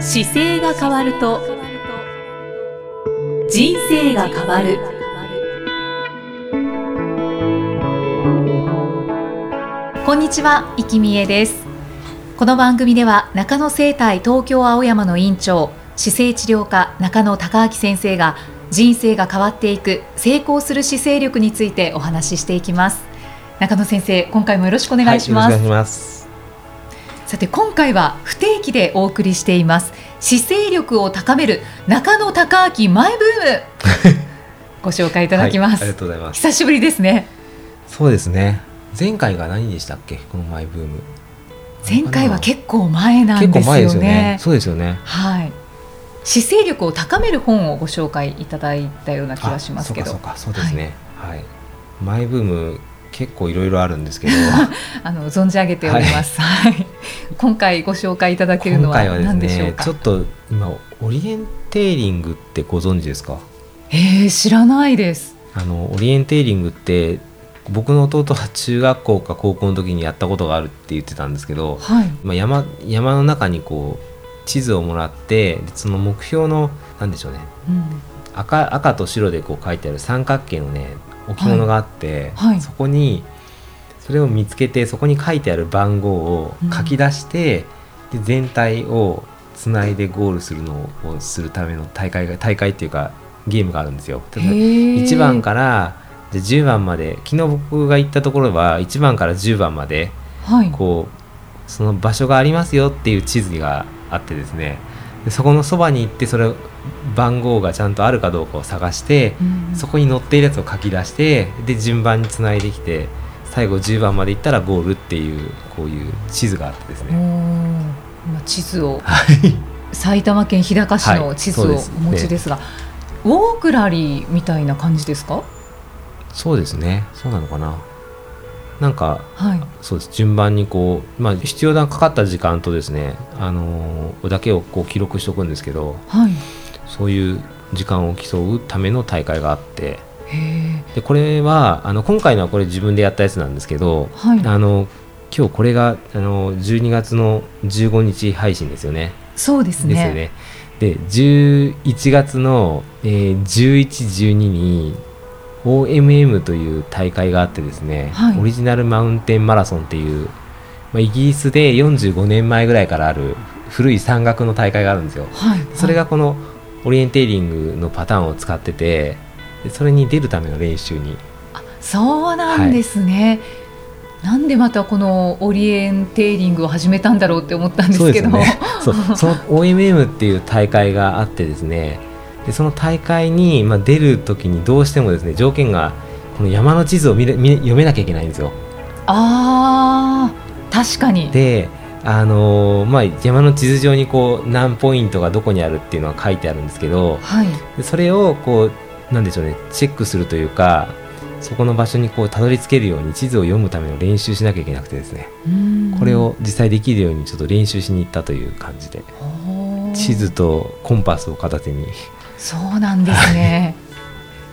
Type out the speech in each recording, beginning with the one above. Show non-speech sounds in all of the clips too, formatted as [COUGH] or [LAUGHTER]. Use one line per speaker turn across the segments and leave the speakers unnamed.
姿勢が変わると人生が変わるこんにちは、生きみえですこの番組では中野生態東京青山の院長姿勢治療科中野孝明先生が人生が変わっていく成功する姿勢力についてお話ししていきます中野先生今回もよろしくお願いします、
はい、よろしくお願いします
さて今回は不定期でお送りしています姿勢力を高める中野孝明マイブーム
[LAUGHS]
ご紹介いただきます、
はい、ありがとうございます
久しぶりですね
そうですね前回が何でしたっけこのマイブーム
前回は結構前なんですよね
結構前ですよねそうですよね
はい姿勢力を高める本をご紹介いただいたような気がしますけど
そうかそうかそうですねはい、はい、マイブーム結構いろいろある
[LAUGHS]
んですけど
あの存じ上げております、はい、はい、今回ご紹介いただけるのは何でしょうか、
ね、ちょっと今オリエンテーリングってご存知ですか
えー、知らないです
あのオリエンテーリングって僕の弟は中学校か高校の時にやったことがあるって言ってたんですけど、
はい、
まあ山、山山の中にこう地図をもらってその目標の何でしょうね、
うん、
赤赤と白でこう書いてある三角形のね置物があって、
はいはい、
そこにそれを見つけてそこに書いてある番号を書き出して、うん、で全体をつないでゴールするのをするための大会が大会っていうかゲームがあるんですよ。1番からで10番まで昨日僕が行ったところは1番から10番まで、
はい、
こうその場所がありますよっていう地図があってですねでそこのそばに行ってそれ番号がちゃんとあるかどうかを探して、
うん、
そこに載っているやつを書き出してで順番につないできて最後10番まで行ったらゴールっていうこういう地図があってですね。
今地図を、
はい、
埼玉県日高市の地図をお持ちですが、はいすね、ウォークラリーみたいな感じですか
そうですねそうなのかななんか、
はい、
そうです順番にこう、まあ、必要なかかった時間とですね、あのー、だけをこう記録しておくんですけど、
はい、
そういう時間を競うための大会があって
で
これはあの今回のはこれ自分でやったやつなんですけど、
はい、
あの今日これがあの12月の15日配信ですよね。
そうですね
ですよねで11月の、えー、11、12に OMM という大会があってですね、
はい、
オリジナルマウンテンマラソンっていう、まあ、イギリスで45年前ぐらいからある古い山岳の大会があるんですよ。
はいはい、
それがこのオリエンテーリングのパターンを使っててそれに出るための練習に。
あそうなんですね、はい、なんでまたこのオリエンテーリングを始めたんだろうって思ったんですけど
そう、ね、 [LAUGHS] その OMM っていう大会があってですねでその大会に、まあ、出るときにどうしてもですね条件がこの山の地図を見れ見読めなきゃいけないんですよ。
[LAUGHS] あ確かに
であのー、まあ、山の地図上にこう何ポイントがどこにあるっていうのは書いてあるんですけど、
はい、
でそれをこうなんでしょうねチェックするというかそこの場所にこうたどり着けるように地図を読むための練習しなきゃいけなくてですねこれを実際できるようにちょっと練習しに行ったという感じで地図とコンパスを片手に。
そうなんですね。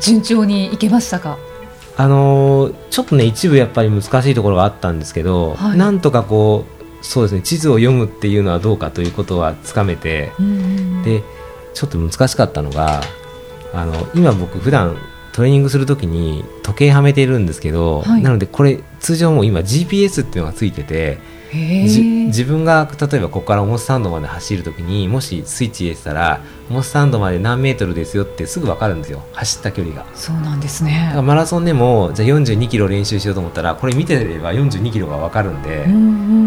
順調にいけましたか。
あのー、ちょっとね一部やっぱり難しいところがあったんですけど、
はい、
なんとかこうそうですね地図を読むっていうのはどうかということはつかめて、
うん、
でちょっと難しかったのがあの今僕普段トレーニングするときに時計はめてるんですけど、
はい、
なのでこれ通常もう今 GPS っていうのがついてて。自分が例えばここから表参道まで走るときにもしスイッチ入れてたら表参道まで何メートルですよってすぐ分かるんですよ走った距離が
そうなんですね
だからマラソンでもじゃあ42キロ練習しようと思ったらこれ見てれば42キロが分かるんで、
うんうんう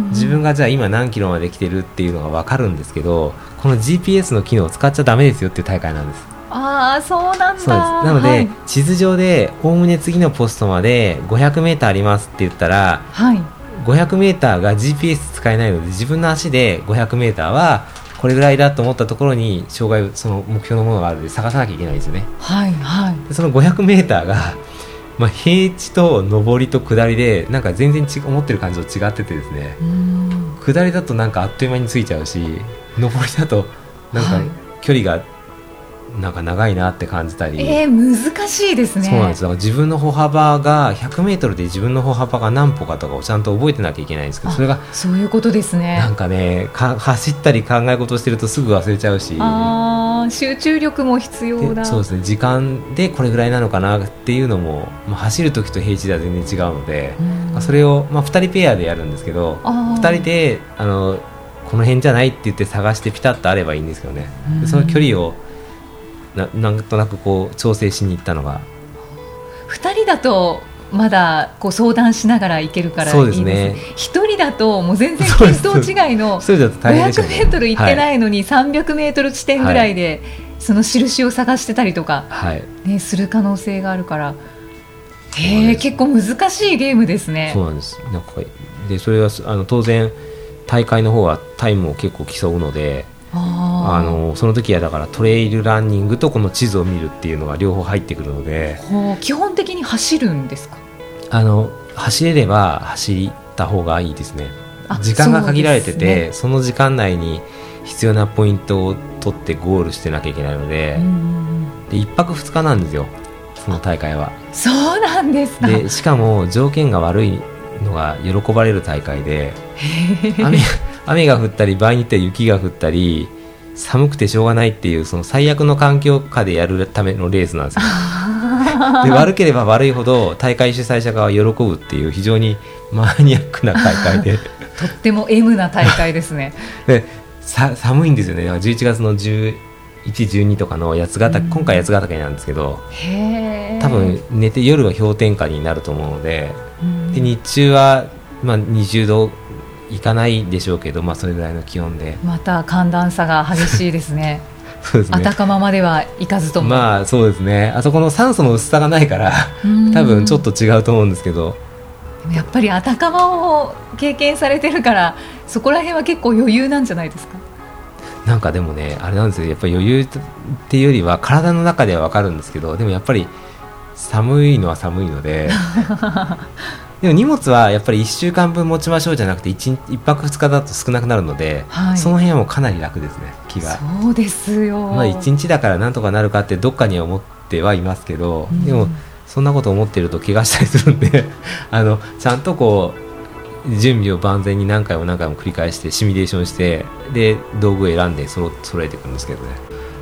ん、
自分がじゃあ今何キロまで来てるっていうのが分かるんですけどこの GPS の機能を使っちゃダメですよっていう大会なんです
ああそうなんだ
そうですなので、はい、地図上でおおむね次のポストまで 500m ありますって言ったら、
はい、
500m が GPS 使えないので自分の足で 500m はこれぐらいだと思ったところに障害その目標のものがあるので探さなきゃいけないんですよね。
はいはい、
その 500m が、まあ、平地と上りと下りでなんか全然ち思ってる感じと違っててですね下りだとなんかあっという間についちゃうし上りだとなんか距離がなんか長いなって感じたり、
えー、難しいですね。
そうなんですだから自分の歩幅が 100m で自分の歩幅が何歩かとかをちゃんと覚えてなきゃいけないんですけど
あ
それが
そういうことですね
な。んかねか走ったり考え事してるとすぐ忘れちゃうし
ああ、集中力も必要
で
だ。
そうですね時間でこれぐらいなのかなっていうのも、まあ、走る時と平地では全然違うので、
うん
それを、まあ、2人ペアでやるんですけど
あー
2人であのこの辺じゃないって言って探してピタッとあればいいんですけどね、で
うん
その距離をななんとなくこう調整しに行ったのが
二人だとまだこう相談しながら行けるからいいです
そうですね
ね。一人だともう全然
そうで
見
す
当違いの
1人だと大変でしょ
500メートル行って
い、
ないのに300メートル地点ぐらいでその印を探してたりとか
はいはい
ねする可能性があるから。
そう
へ
で
え
す
結構難しいゲームですね
そう。なんですなんかでそれはあの当然大会の方はタイムを結構競うので
あ
あ
ー
のその時はだからトレイルランニングとこの地図を見るっていうのが両方入ってくるので
ほう基本的に走るんですか。
あの走れれば走った方がいいですね
あ
時間が限られて
そうです
てそ,、の時間内に必要なポイントを取ってゴールしてなきゃいけないので,、
うんうん
で1泊2日なんですよその大会
うん
は。
そうなんですか。
でしかも条件が悪いのが喜ばれる大会で雨雨が降ったり場合によっては雪が降ったり寒くてしょうがないっていうその最悪の環境下でやるためのレースなんですよ。で悪ければ悪いほど大会主催者側は喜ぶっていう非常にマニアックな大会で
とっても M な大会です
[LAUGHS]
ね。
でさ寒いんですよねだから11月の1112とかの八ヶ岳今回八ヶ岳なんですけど
へえ。
多分寝て夜は氷点下になると思うので
うん
で日中は、まあ、20度いかないでしょうけど、まあ、それぐらいの気温で
また寒暖差が激しいですね。
そう [LAUGHS] です
あ
ね
たかままではいかずとも。
まあそうですねあそこの酸素の薄さがないから
うん
多分ちょっと違うと思うんですけど、
でもやっぱりあたかまを経験されてるから、そこら辺は結構余裕なんじゃないですか。
なんかでもねあれなんですよやっぱり余裕っていうよりは体の中では分かるんですけどでもやっぱり寒いのは寒いの
[LAUGHS]
ででも荷物はやっぱり1週間分持ちましょうじゃなくて 1, 泊2日だと少なくなるので、
はい
その辺はもうかなり楽ですね気が。
そうですよ。
まあ、1日だからなんとかなるかってどっかには思ってはいますけど、
うん
でもそんなこと思ってると怪我したりするんで [LAUGHS] あのちゃんとこう準備を万全に何回も何回も繰り返してシミュレーションしてで道具を選んでそろ揃えていくんですけどね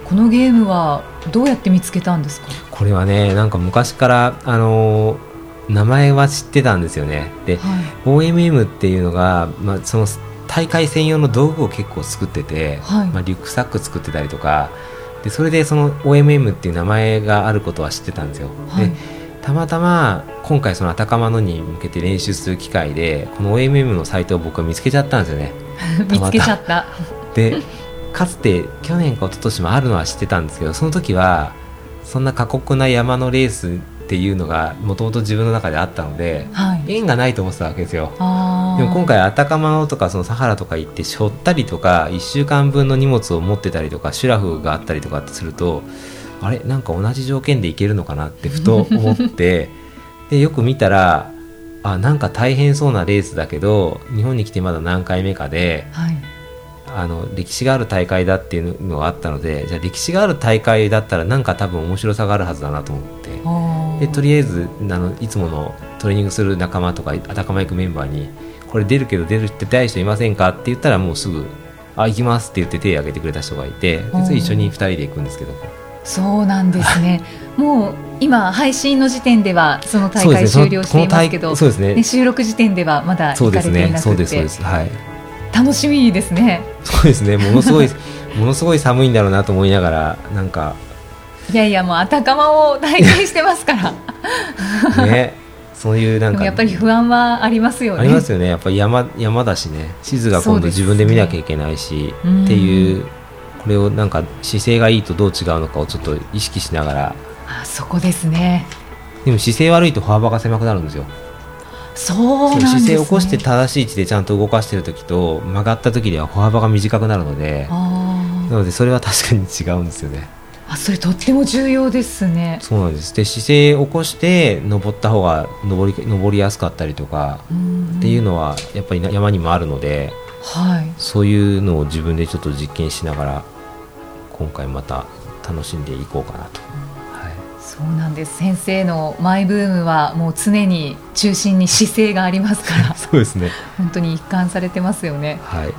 このゲームはどうやって見つけたんですか。
これはねなんか昔から、あのー名前は知ってたんですよねで
は
OMM っていうのが、まあ、その大会専用の道具を結構作ってて、
はい
まあ、リュックサック作ってたりとかでそれでその OMM っていう名前があることは知ってたんですよ、
はい
でたまたま今回そのアタカマのに向けて練習する機会でこの OMM のサイトを僕は見つけちゃったんですよね
い。 [LAUGHS] 見つけちゃった。 [LAUGHS]
でかつて去年か一昨年もあるのは知ってたんですけどその時はそんな過酷な山のレースっていうのがもともと自分の中であったので
はい。
縁がないと思ってたわけですよ
ああ。
でも今回アタカマのとかそのサハラとか行ってしょったりとか1週間分の荷物を持ってたりとかシュラフがあったりとかってするとあれなんか同じ条件で行けるのかなってふと思って [LAUGHS] でよく見たらあなんか大変そうなレースだけど日本に来てまだ何回目かで
はい。
あの歴史がある大会だっていうのがあったのでじゃあ歴史がある大会だったらなんか多分面白さがあるはずだなと思って。
あー
でとりあえずあのいつものトレーニングする仲間とかあたかま行くメンバーに「これ出るけど出るって大人いませんか?」って言ったらもうすぐ「あ行きます」って言って手を挙げてくれた人がいてで
おー
それ一緒に2人で行くんですけど
そうなんです
[LAUGHS]
ね。もう今配信の時点ではその大
そうで
会
すね
終了していますけど、
このこの大そうですね
ね収録時点ではまだ
そ
行
う
か
で
れて
す
いなくて、
ねそうですそうですはい
楽しみですね。
そうですねものすごいものすごい寒いんだろうなと思いながらなんか
いやいやもうあたかまを体験してますから、 [LAUGHS]
ねそういうな
で
ん
も
か
やっぱり不安はありますよね。
ありますよねやっぱり山山だしね地図が
そ
今
う
度
です
自分で見なきゃいけないし、
うん
っていうこれをなんか姿勢がいいとどう違うのかをちょっと意識しながら
あそこですね。
でも姿勢悪いと歩幅が狭くなるんですよ
そうなんです、ね。
姿勢を起こして正しい位置でちゃんと動かしてる時と曲がった時では歩幅が短くなるので
あー
なのでそれは確かに違うんですよね
あそれとっても重要ですね。
そうなんですで姿勢を起こして登った方が登り登りやすかったりとか
うん
っていうのはやっぱりな山にもあるので
はい。
そういうのを自分でちょっと実験しながら今回また楽しんでいこうかなと、は
そうなんです先生のマイブームはもう常に中心に姿勢がありますか
い、
ら
[LAUGHS] そうですね
本当に一貫されてますよね
はい、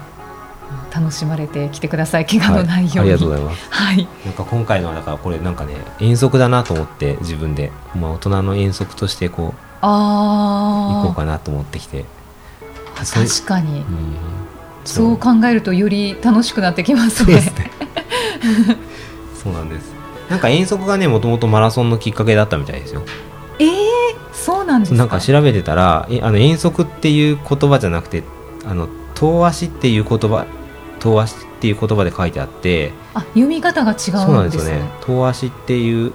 楽しまれてきてください怪
は
我の
い、
ないよ
あ
うに、
り
はい、
がとうございますなんか今回のはだからこれなんかね遠足だなと思って自分で、まあ、大人の遠足としてこう行こう
ああ
かなと思ってきてそういう
確かに
うん
そう考えるとより楽しくなってきます
そう
ね
ですねそうなんですなんか遠足がねもともとマラソンのきっかけだったみたいですよ
ええー、そうなんですか
なんか調べてたらえあの遠足っていう言葉じゃなくてあの遠足っていう言葉遠足っていう言葉で書いてあって
あ読み方が違
そうな
うんん
で
ですす
よね
ね。
遠足っていう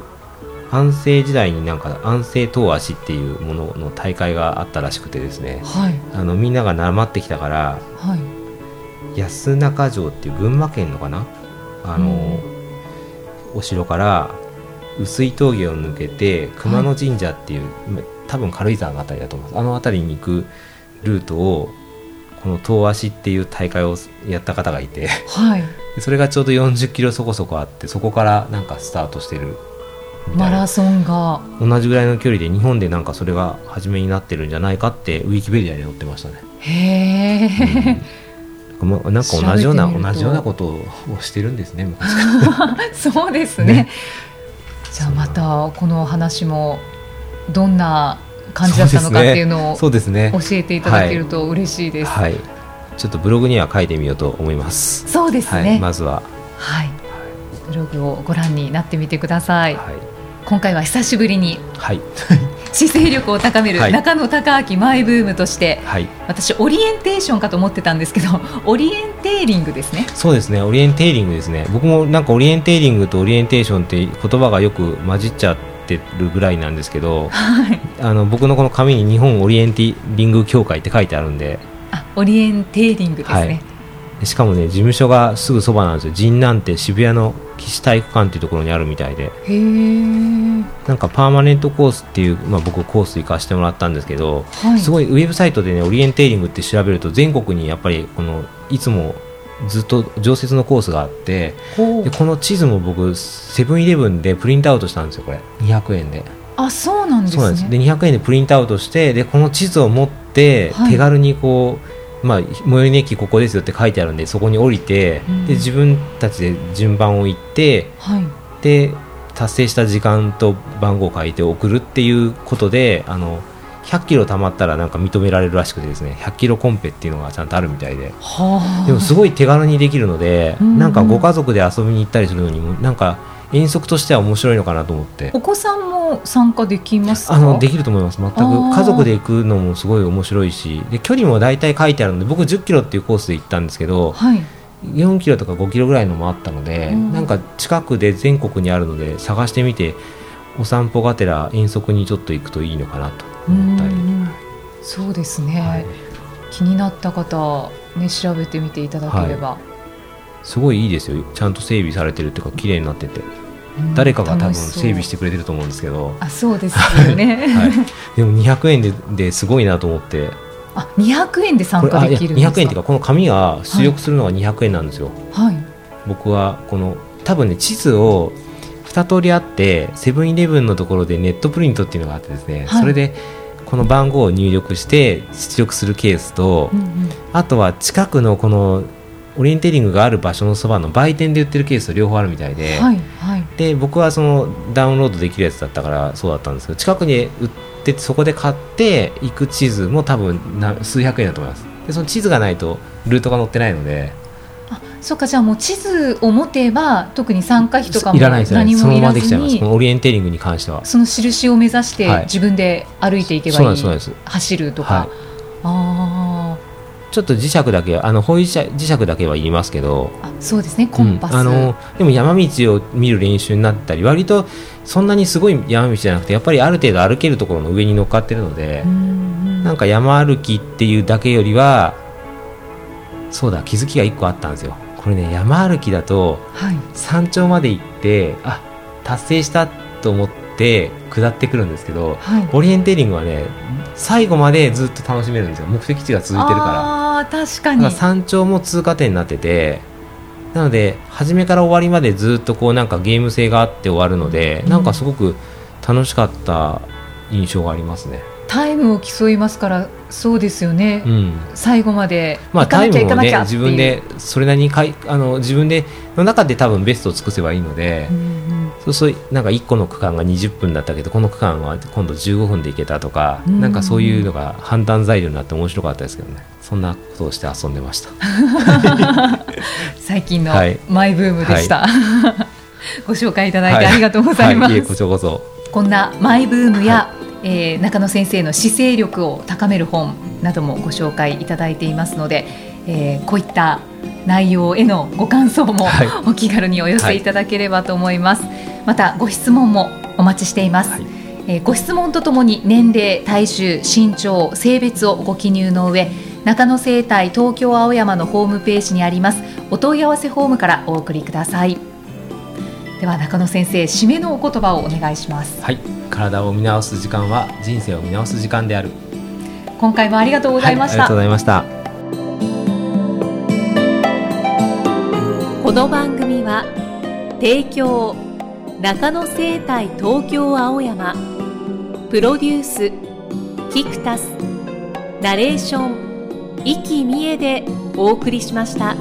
安政時代になんか安政遠足っていうものの大会があったらしくてですね
はい
あのみんながなまってきたから
はい
安中城っていう群馬県のかなあの、お城から薄い峠を抜けて熊野神社っていう、多分軽井沢の辺りだと思いますあの辺りに行くルートをこの遠足っていう大会をやった方がいて [LAUGHS]
はい
でそれがちょうど40キロそこそこあってそこからなんかスタートしてるみた
マ
い
ラ
な
ソンが
同じぐらいの距離で日本でなんかそれが初めになってるんじゃないかってウィキペディアに載ってましたね。
へえ、
うんもうなんか同じような
調べてみると
同じようなことをしてるんですね昔から
そうですね
ね
じゃあまたこのお話もどんな感じだったのかっていうのを
そ
教
うですね
えていただけると嬉しいです。
はいちょっとブログには書いてみようと思います
そうです
はい、
ね、はい
まずは
ブログをご覧になってみてください。
はい、
今回は久しぶりに
はい [LAUGHS]
姿勢力を高める
はい
中野隆明マイブームとして、
はい、
私オリエンテーションかと思ってたんですけど [LAUGHS] オリエンテーリングですね。
そうですねオリエンテーリングですね僕もなんかオリエンテーリングとオリエンテーションって言葉がよく混じっちゃってるぐらいなんですけど
[LAUGHS] はい。
あの僕のこの紙に日本オリエンテーリング協会って書いてあるんで
あオリエンテーリングですね。
はいしかもね事務所がすぐそばなんですよ神南って渋谷の岸体育館っていうところにあるみたいで
へえ。
なんかパーマネントコースっていう、まあ、僕コース行かしてもらったんですけど、
はい。
すごいウェブサイトでねオリエンテーリングって調べると全国にやっぱりこのいつもずっと常設のコースがあって
ほう
でこの地図も僕セブンイレブンでプリントアウトしたんですよこれ200円で
あそうなんですね。
そうなんですで200円でプリントアウトしてでこの地図を持って
はい
手軽にこう、まあ、最寄りの駅ここですよって書いてあるんでそこに降りて、
うん
で自分たちで順番を行って
はい。
で達成した時間と番号を書いて送るっていうことであの100キロ貯まったらなんか認められるらしくてですね100キロコンペっていうのがちゃんとあるみたいで
はあ。
でもすごい手軽にできるので、
うん
なんかご家族で遊びに行ったりするのにもなんか遠足としては面白いのかなと思って
お子さんも参加できますか。
あのできると思います全く
あー
家族で行くのもすごい面白いしで距離も大体書いてあるので僕1 0キロっていうコースで行ったんですけど
はい。
4キロとか5キロぐらいのもあったので、
うん
なんか近くで全国にあるので探してみてお散歩がてら遠足にちょっと行くといいのかなと思ったり、
うんそうですね、
はい
気になった方ね調べてみていただければ、
すごいいいですよちゃんと整備されてるっていうか綺麗になってて
うん
誰かが多分整備しててくれてると思うんですけど、
あそうですよね、
はい、でも200円でですごいなと思って
[LAUGHS] あ200円で参
これあ
加
い
で
や
きるんですか
200円っていうかこの紙が出力するのが200円なんですよ、
はい
僕はこの多分ね地図を2通りあってセブンイレブンのところでネットプリントっていうのがあってですね、
はい
それでこの番号を入力して出力するケースと、
うんうん
あとは近くのこのオリエンテーリングがある場所のそばの売店で売ってるケースと両方あるみたいで、
はいはい
で僕はそのダウンロードできるやつだったからそうだったんですけど近くに売ってそこで買って行く地図も多分な数百円だと思いますでその地図がないとルートが載ってないので
あそうかじゃあもう地図を持てば特に参加費とかも
いらないですね
何
そ
も
の
い
ま
ら
まできち
ず
ゃいます
に
このオリエンテーリングに関しては
その印を目指し
は
て
い
自分で歩いていけば
そうなん
い
です
い、
そうなんです
走るとか、
はい
あ
ちょっと磁石だけあの方位磁石だけは言いますけど
ーあそうですねコンパス、
うんあのでも山道を見る練習になったり割とそんなにすごい山道じゃなくてやっぱりある程度歩けるところの上に乗っかってるので
う、ん
なんか山歩きっていうだけよりはそうだ気づきが1個あったんですよこれね山歩きだと
はい、
山頂まで行ってあ達成したと思って下ってくるんですけど
はい、
オリエンテーリングはね最後までずっと楽しめるんですよ目的地が続いてるから
あー確か
だか
に
ら山頂も通過点になっててなので初めから終わりまでずっとこうなんかゲーム性があって終わるので、
うん
なんかすごく楽しかった印象がありますね。
タイムを競いますからそうですよね、
うん
最後まで
まあ、
行か
タイ
なきゃ
ム
行か
も
なき
ね
ゃってい
自
う、
分でそれなりにかいあの自分での中で多分ベストを尽くせばいいので、
うんうん
そうそうなんか1個の区間が20分だったけどこの区間は今度15分で行けたとか、
うん
なんかそういうのが判断材料になって面白かったですけどねそんなことをして遊んでました。
最近の
はい
マイブームでした、 [LAUGHS] ご紹介いただいて
はい
ありがと [LAUGHS] うございます、
はい、えこちらこそ
こんなマイブームや、えー中野先生の姿勢力を高める本などもご紹介いただいていますので、えーこういった内容へのご感想も
はい
お気軽にお寄せいただければと思います、またご質問もお待ちしています、
はい
えーご質問とともに年齢、体重、身長、性別をご記入の上中野生態東京青山のホームページにありますお問い合わせフォームからお送りくださいでは中野先生締めのお言葉をお願いします
はい、体を見直す時間は人生を見直す時間である。
今回もありがとうございまし
は
た、
ありがとうございました。
この番組は提供中野生態東京青山プロデュースキクタスナレーション生きみえでお送りしました。